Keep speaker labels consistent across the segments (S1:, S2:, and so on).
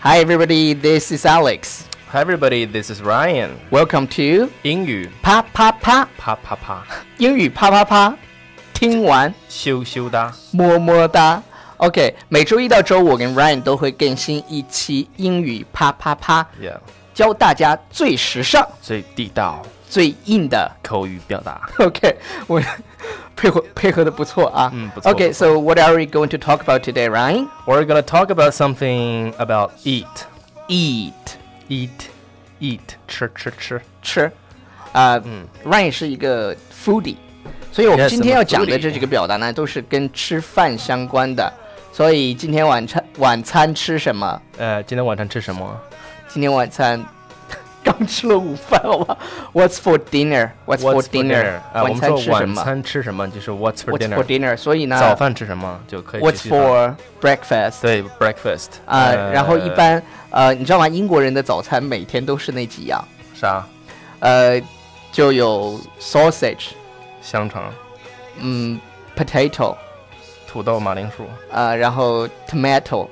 S1: Hi, everybody. This is Alex.
S2: Hi everybody, this is Ryan.
S1: Welcome to
S2: 英语
S1: 啪啪啪
S2: 啪啪啪，
S1: 英语啪啪啪。听完
S2: 羞羞哒。
S1: 么么哒。OK，每周一到周五，我跟 Ryan 都会更新一期英语啪啪啪，
S2: Yeah，
S1: 教大家最时尚、
S2: 最地道
S1: 最硬的。
S2: 口语表达。
S1: OK，我 配合配合的不错啊。
S2: 嗯不错
S1: OK,
S2: 不
S1: so what are we going to talk about today, Ryan?
S2: We're gonna talk about something about eat,
S1: Eat，
S2: eat, eat，吃吃吃。
S1: 吃。啊、Ryan 是一个 foodie，所以我们
S2: 嗯 Yes,
S1: 今天
S2: I'm a
S1: 要讲的
S2: foodie.
S1: 这几个表达呢，都是跟吃饭相关的。所以今天晚餐晚餐吃什么？
S2: 呃，今天晚上吃什么
S1: 今天晚餐 刚吃了午饭，好吧？What's for dinner? What's for
S2: for dinner？啊，我
S1: 晚
S2: 们
S1: 餐
S2: 说
S1: 吃什
S2: 晚
S1: 么
S2: 餐吃什么，就是 What's for
S1: ？What's for
S2: dinner？
S1: dinner？所以呢
S2: 早饭吃什么就可以吃
S1: ，What's
S2: 西餐。
S1: for breakfast？
S2: 对，breakfast。
S1: 啊、然后一般呃，你知道吗？英国人的早餐每天都是那几样，
S2: 啥？
S1: 呃，就有 sausage，
S2: 香肠、
S1: 嗯，potato，
S2: 土豆、马铃薯、
S1: 呃，然后 tomato，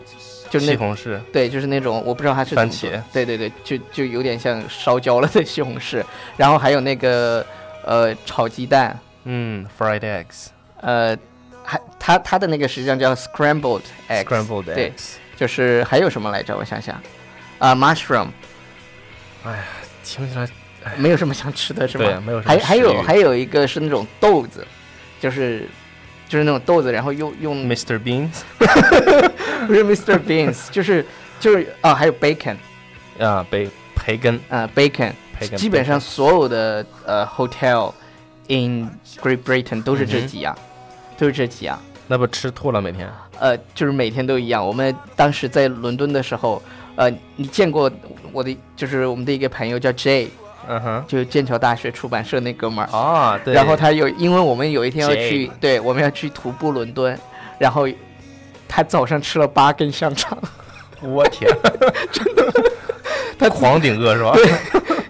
S1: 就是
S2: 西
S1: 那
S2: 红柿。
S1: 对，就是那种我不知道它是怎么做
S2: 番茄，
S1: 对对对，就就有点像烧焦了的西红柿，然后还有那个呃炒鸡蛋，
S2: 嗯，fried eggs。
S1: 呃，还它它的那个实际上叫 scrambled egg，
S2: Scrambled
S1: 对
S2: eggs。
S1: 就是还有什么来着？我想想，啊、m u s h r o o m
S2: 哎呀，听起来
S1: 没有什么想吃的是吧？
S2: 对没有什么
S1: 还还
S2: 食
S1: 有
S2: 欲
S1: 还有一个是那种豆子，就是就是那种豆子，然后用用
S2: Mr. Beans。
S1: 不是 Mr. Beans，就是就是啊，还有 bacon，
S2: 啊，培培根。
S1: 呃，bacon，
S2: Bacon，
S1: 基本上所有的呃 hotel in Great Britain 都是这几
S2: 嗯
S1: 样，都是这几样。
S2: 那不吃吐了每天？
S1: 呃，就是每天都一样。我们当时在伦敦的时候，呃，你见过我的，就是我们的一个朋友叫 J，
S2: 嗯哼。
S1: 就是剑桥大学出版社那哥们儿。
S2: 啊，对。
S1: 然后他有，因为我们有一天要去
S2: Jay，
S1: 对，我们要去徒步伦敦，然后他早上吃了八根香肠，
S2: 我天，
S1: 他
S2: 狂顶饿是吧？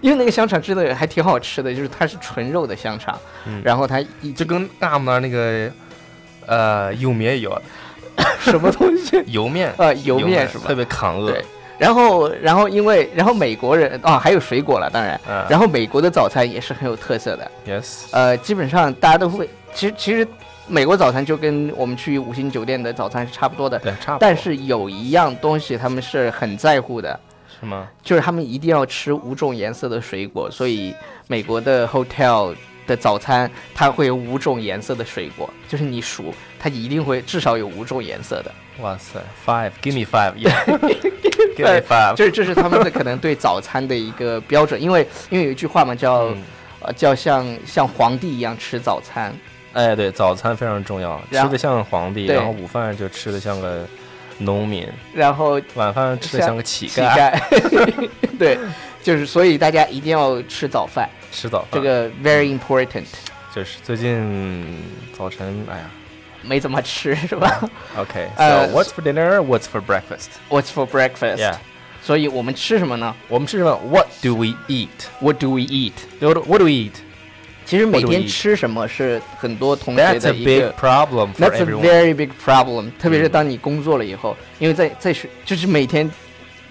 S1: 因为那个香肠真的还挺好吃的，就是它是纯肉的香肠，
S2: 嗯
S1: 然后他一
S2: 就跟俺们那儿那个呃莜面 一样，
S1: 什么东西，
S2: 莜面，
S1: 呃，油 面是吧
S2: 特？别抗饿
S1: 对。然后，然后因为，然后美国人啊、还有水果了，当然，
S2: 嗯
S1: 然后美国的早餐也是很有特色的，
S2: ，yes，
S1: 呃，基本上大家都会，其实其实美国早餐就跟我们去五星酒店的早餐是差不多的，
S2: 对，差不多。
S1: 呃但是有一样东西他们是很在乎的，
S2: 是吗？
S1: 就是他们一定要吃五种颜色的水果，所以美国的 hotel 的早餐它会有五种颜色的水果，就是你数，它一定会至少有五种颜色的，
S2: 哇塞，five，give me five，yeah，give me five，
S1: 这这是他们的可能对早餐的一个标准，因为因为有一句话嘛叫、
S2: 嗯
S1: 呃叫像像皇帝一样吃早餐，
S2: 哎，对，早餐非常重要，
S1: 然
S2: 吃的像皇帝，
S1: 对
S2: 然后午饭就吃的像个农民，
S1: 然后
S2: 晚饭吃的像个乞
S1: 啊乞
S2: 丐，
S1: 丐， 对，就是所以大家一定要吃早饭，
S2: 吃早饭。
S1: 这个 very important，
S2: 就是最近早晨，哎呀
S1: 没怎么吃是吧
S2: 嗯
S1: 呃
S2: ，OK，so what's for dinner？What's for breakfast？Yeah，
S1: ？What's for breakfast？所以我们吃什么呢
S2: 我们吃什么？What do we eat？
S1: ？What do we eat？
S2: What what do we eat？
S1: 其实每
S2: What do
S1: 天
S2: we eat？
S1: 吃什么是很多同学
S2: That's a
S1: 的一个
S2: big。problem for
S1: That's a
S2: everyone.
S1: very big problem，特别是当你工作了以后，因为在在学就是每天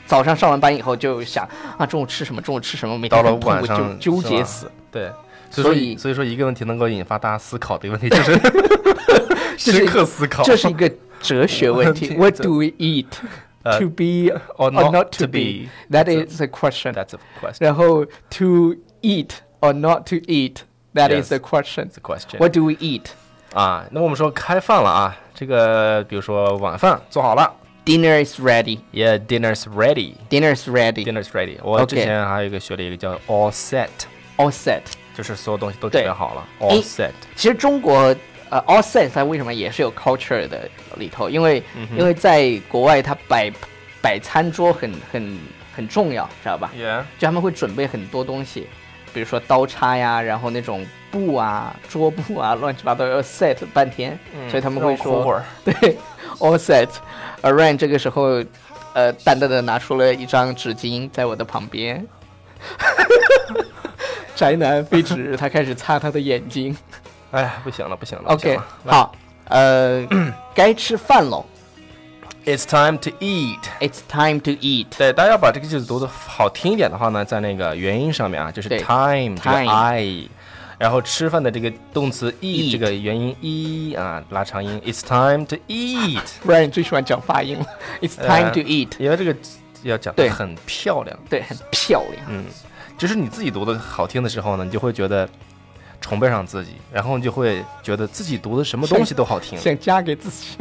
S1: 早上上完班以后就想啊中午吃什么，中午吃什么，每天
S2: 到了
S1: 很痛
S2: 晚
S1: 苦就
S2: 上
S1: 纠
S2: 是
S1: 结
S2: 吧
S1: 死。
S2: 对，
S1: 所
S2: 所以说
S1: 以
S2: 所以说一个问题能够引发大家思考的一个问题就是 深刻思考，
S1: 这是一个哲学问题。
S2: 这
S1: What do we eat
S2: 呃
S1: to be
S2: or
S1: or
S2: not
S1: not to
S2: to
S1: be?
S2: be.
S1: That
S2: That's
S1: is a question.
S2: That's a question.
S1: 然后 to eat or not to eat? That is
S2: Yes.
S1: a question.
S2: That's a question.
S1: What do we eat?
S2: 啊，那我们说开饭了啊，这个比如说晚饭做好了
S1: Dinner is ready.
S2: ，Yeah, dinner's ready.
S1: Dinner is ready.
S2: Dinner's ready. 我
S1: OK
S2: 之前还有一个学了一个叫 all set，
S1: All set.
S2: 就是所有东西都准备
S1: 对
S2: 好了
S1: 诶
S2: ，all set。
S1: 其实中国呃 all set 它为什么也是有 culture 的里头？因为、因为在国外它摆摆餐桌很很很重要，知道吧？
S2: Yeah.
S1: 就他们会准备很多东西，比如说刀叉呀，然后那种布啊、桌布啊，乱七八糟要 set 半天，所以他们会
S2: 让我哭会
S1: 说
S2: 儿
S1: 对 all set。而 Ryan 这个时候，呃，淡淡的拿出了一张纸巾，在我的旁边。 宅男废纸，他开始擦他的眼睛。
S2: 哎，不行了，不行了不行
S1: OK，
S2: 了
S1: 好，呃，该吃饭喽。
S2: It's time to eat。
S1: It's time to eat。
S2: 对，大家要把这个句子读的好听一点的话呢，在那个元音上面啊，就是
S1: 对
S2: time 这个
S1: time
S2: i，然后吃饭的这个动词 eat
S1: Eat
S2: 这个元音 e 啊，拉长音。It's time to eat，
S1: 不然你最喜欢讲发音了。It's time
S2: 呃
S1: to eat。
S2: 因为这个要讲的
S1: 对
S2: 很漂亮。
S1: 对，很漂亮。
S2: 嗯，就是你自己读的好听的时候呢，你就会觉得崇拜上自己，然后你就会觉得自己读的什么东西都好听。
S1: 想嫁给自 己。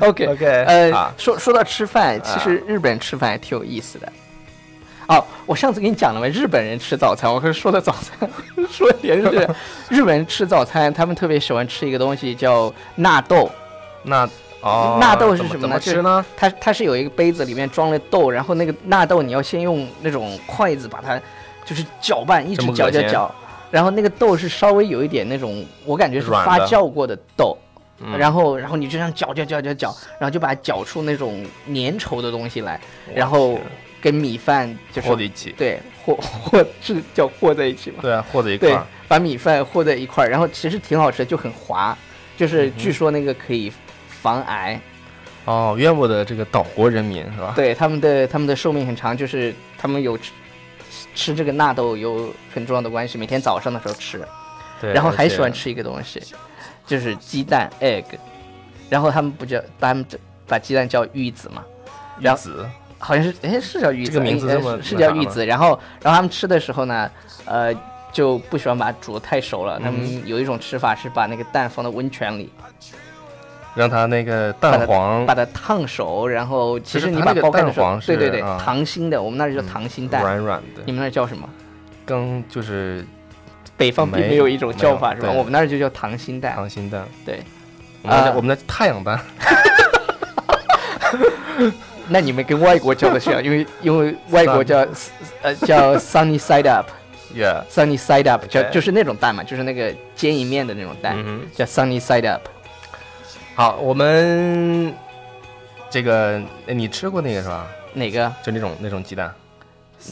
S1: OK
S2: OK，
S1: 呃
S2: 啊，
S1: 说说到吃饭，其实日本人吃饭还挺有意思的。哦，我上次跟你讲了嘛，日本人吃早餐，我可是说的早餐， 说连日本日本人吃早餐，他们特别喜欢吃一个东西叫纳豆，
S2: 那哦，
S1: 纳豆是
S2: 怎么
S1: 什么呢
S2: 怎么
S1: 就是
S2: 吃呢？
S1: 它它是有一个杯子，里面装了豆，然后那个纳豆你要先用那种筷子把它就是搅拌，一
S2: 这么
S1: 直
S2: 恶
S1: 搅搅
S2: 心
S1: 搅，然后那个豆是稍微有一点那种，我感觉是
S2: 软
S1: 发
S2: 的
S1: 酵过的豆。
S2: 嗯
S1: 然后，然后你就这样搅搅搅搅搅，然后就把它搅出那种粘稠的东西来，然后跟米饭就是
S2: 和在一起，
S1: 对和和是叫和在一起嘛，
S2: 对啊，和在一块
S1: 对
S2: 儿。，
S1: 把米饭和在一块儿，然后其实挺好吃的，就很滑，
S2: 嗯
S1: 就是据说那个可以防癌，
S2: 哦，怨我的这个岛国人民是吧？
S1: 对他们的他们的寿命很长，就是他们有吃吃这个纳豆有很重要的关系，每天早上的时候吃，
S2: 对
S1: 然后还
S2: 而且
S1: 喜欢吃一个东西，就是鸡蛋 egg，然后他们不叫他们这把鸡蛋叫玉子嘛。
S2: 玉子，
S1: 好像是哎是叫玉子，
S2: 这个名字
S1: 哎
S2: 这么
S1: 哎是是
S2: 那啥
S1: 叫玉子。然后然后他们吃的时候呢，呃就不喜欢把它煮得太熟
S2: 嗯
S1: 了。他们有一种吃法是把那个蛋放到温泉里，
S2: 让它那个
S1: 把
S2: 蛋
S1: 它
S2: 黄
S1: 把它烫熟，然后其
S2: 就是
S1: 实你
S2: 它
S1: 把
S2: 那个
S1: 剥开
S2: 蛋
S1: 的时候
S2: 黄，是
S1: 对对对
S2: 啊，嗯
S1: 溏心的，我们那里叫溏心蛋，
S2: 软软
S1: 你
S2: 的，
S1: 们那儿叫什么？
S2: 刚就是
S1: 北方并
S2: 没
S1: 没有一种叫法
S2: 没有
S1: 是吧？
S2: 对啊
S1: 我们那儿就叫溏心蛋。
S2: 溏心蛋，
S1: 对，
S2: 我们那
S1: 啊
S2: 我们那太阳蛋，
S1: 那你们跟外国叫的 是一样，因为因为外国叫呃叫 sunny side up，sunny
S2: 耶，
S1: side up 叫
S2: OK
S1: 就是那种蛋嘛，就是那个煎一面的那种蛋。
S2: 嗯哼。
S1: 叫 Sunny Side Up。
S2: 好，我们这个哎你吃过那个是吧？
S1: 哪个？
S2: 就那种那种鸡蛋，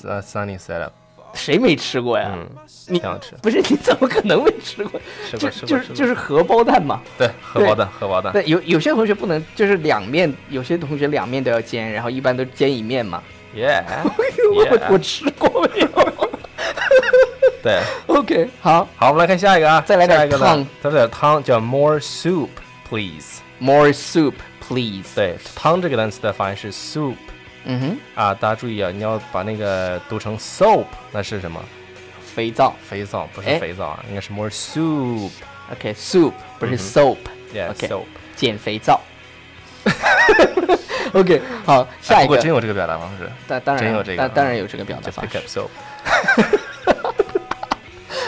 S2: 呃，sunny side up，
S1: 谁没吃过呀？
S2: 嗯，
S1: 你
S2: 挺好吃，
S1: 不是你怎么可能没吃过？
S2: 吃
S1: 就
S2: 过吃过啊
S1: 就是就是是荷包蛋嘛。
S2: 对荷包蛋荷包蛋，
S1: 对，有有些同学不能，就是两面，有些同学两面都要煎，然后一般都煎一面嘛。
S2: 耶
S1: 哎我我
S2: 耶，
S1: 吃过没有
S2: 对，
S1: ？OK，好
S2: 好，我们来看下一个啊，
S1: 再来点
S2: 下一个呢
S1: 汤，
S2: 再来点汤，叫 more soup please。
S1: ，More soup please。
S2: 对，汤这个单词的发音是 soup
S1: 嗯哼，
S2: 啊，大家注意啊，你要把那个读成 soap，那是什么？
S1: 肥皂。
S2: 肥皂不是
S1: 哎
S2: 肥皂啊，应该是 more soup。
S1: OK，soup、不是
S2: 嗯哼
S1: soap，、
S2: Yeah,
S1: OK
S2: soap。
S1: 减肥 皂。OK，好，
S2: 哎
S1: 下一
S2: 不过
S1: 个。
S2: 真有这个表达方式，
S1: 当当然
S2: 真有这个嗯
S1: 当当然有这个表达
S2: 叫
S1: 方
S2: pick
S1: 式
S2: up。soap。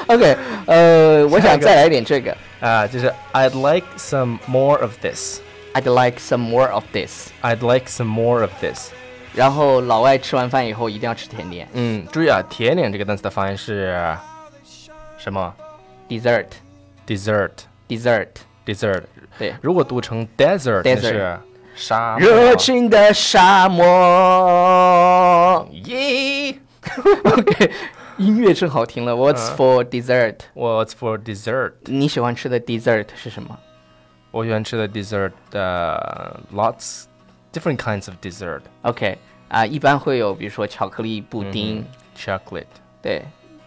S1: OK，呃，我
S2: 下一
S1: 想
S2: 个
S1: 再来点这个。
S2: 啊，就是 I'd like some more of this。
S1: I'd like some more of this。
S2: I'd like some more of this。
S1: 然后老外吃完饭以后一定要吃甜点
S2: 嗯，注意啊，甜点这个单词的发音是什么
S1: ，dessert
S2: ？dessert
S1: dessert，
S2: dessert。
S1: 对，
S2: 如果读成 desert，那
S1: Desert
S2: 是沙漠。
S1: 热情的沙漠。
S2: 耶
S1: OK，音乐真好听了。What's
S2: 嗯
S1: for dessert？
S2: ，What's for dessert？
S1: 你喜欢吃的 dessert 是什么？
S2: 我喜欢吃的 dessert，呃，lots different kinds of dessert。
S1: OK，啊，一般会有比如说巧克力布
S2: 嗯
S1: 丁，
S2: Chocolate，
S1: 对，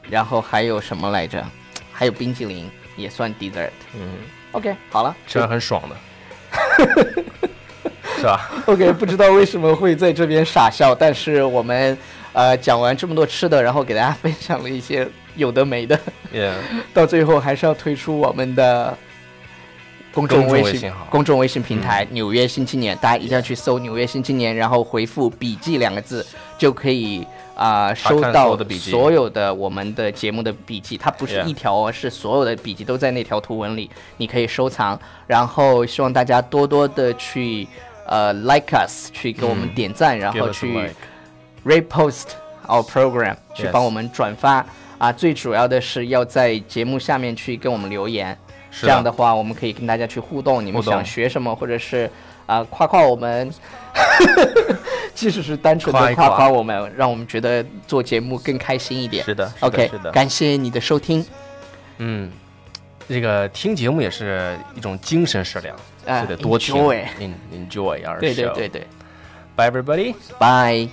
S1: 然后还有什么来着？还有冰淇淋也算 dessert。
S2: 嗯，
S1: OK，好了，
S2: 吃完 很爽的，是吧？
S1: OK，不知道为什么会在这边傻笑，但是我们呃讲完这么多吃的，然后给大家分享了一些有的没的，
S2: 也
S1: 到最后还是要推出我们的公众
S2: 公众
S1: 微
S2: 微
S1: 信
S2: 信号嗯
S1: 公众微信平台《纽约新青年》，大家一定要去搜《纽约新青年》，然后回复“笔记”两个字，就可以啊、收
S2: 看所有
S1: 到
S2: 的笔记
S1: 所有的我们的节目的笔记，它不是
S2: Yeah
S1: 一条哦，是所有的笔记都在那条图文里，你可以收藏。然后希望大家多多的去呃 like us，去给我们点赞，然
S2: 嗯 give
S1: 后
S2: us a
S1: 去
S2: like
S1: repost our program，去
S2: Yes
S1: 帮我们转发啊。最主要的是要在节目下面去跟我们留言，
S2: 是
S1: 这样的话我们可以跟大家去互动。你们
S2: 互动
S1: 想学什么，或者是啊、夸夸我们， 即使是单纯
S2: 夸
S1: 的
S2: 一夸
S1: 夸夸我们，让我们觉得做节目更开心一点。
S2: 是的是的
S1: OK，
S2: 是的
S1: 感谢你的收听。
S2: 嗯，这个听节目也是一种精神食粮，
S1: 啊
S2: 就得多听
S1: enjoy
S2: en-，enjoy our show。
S1: 对对对对
S2: Bye everybody。
S1: ，Bye。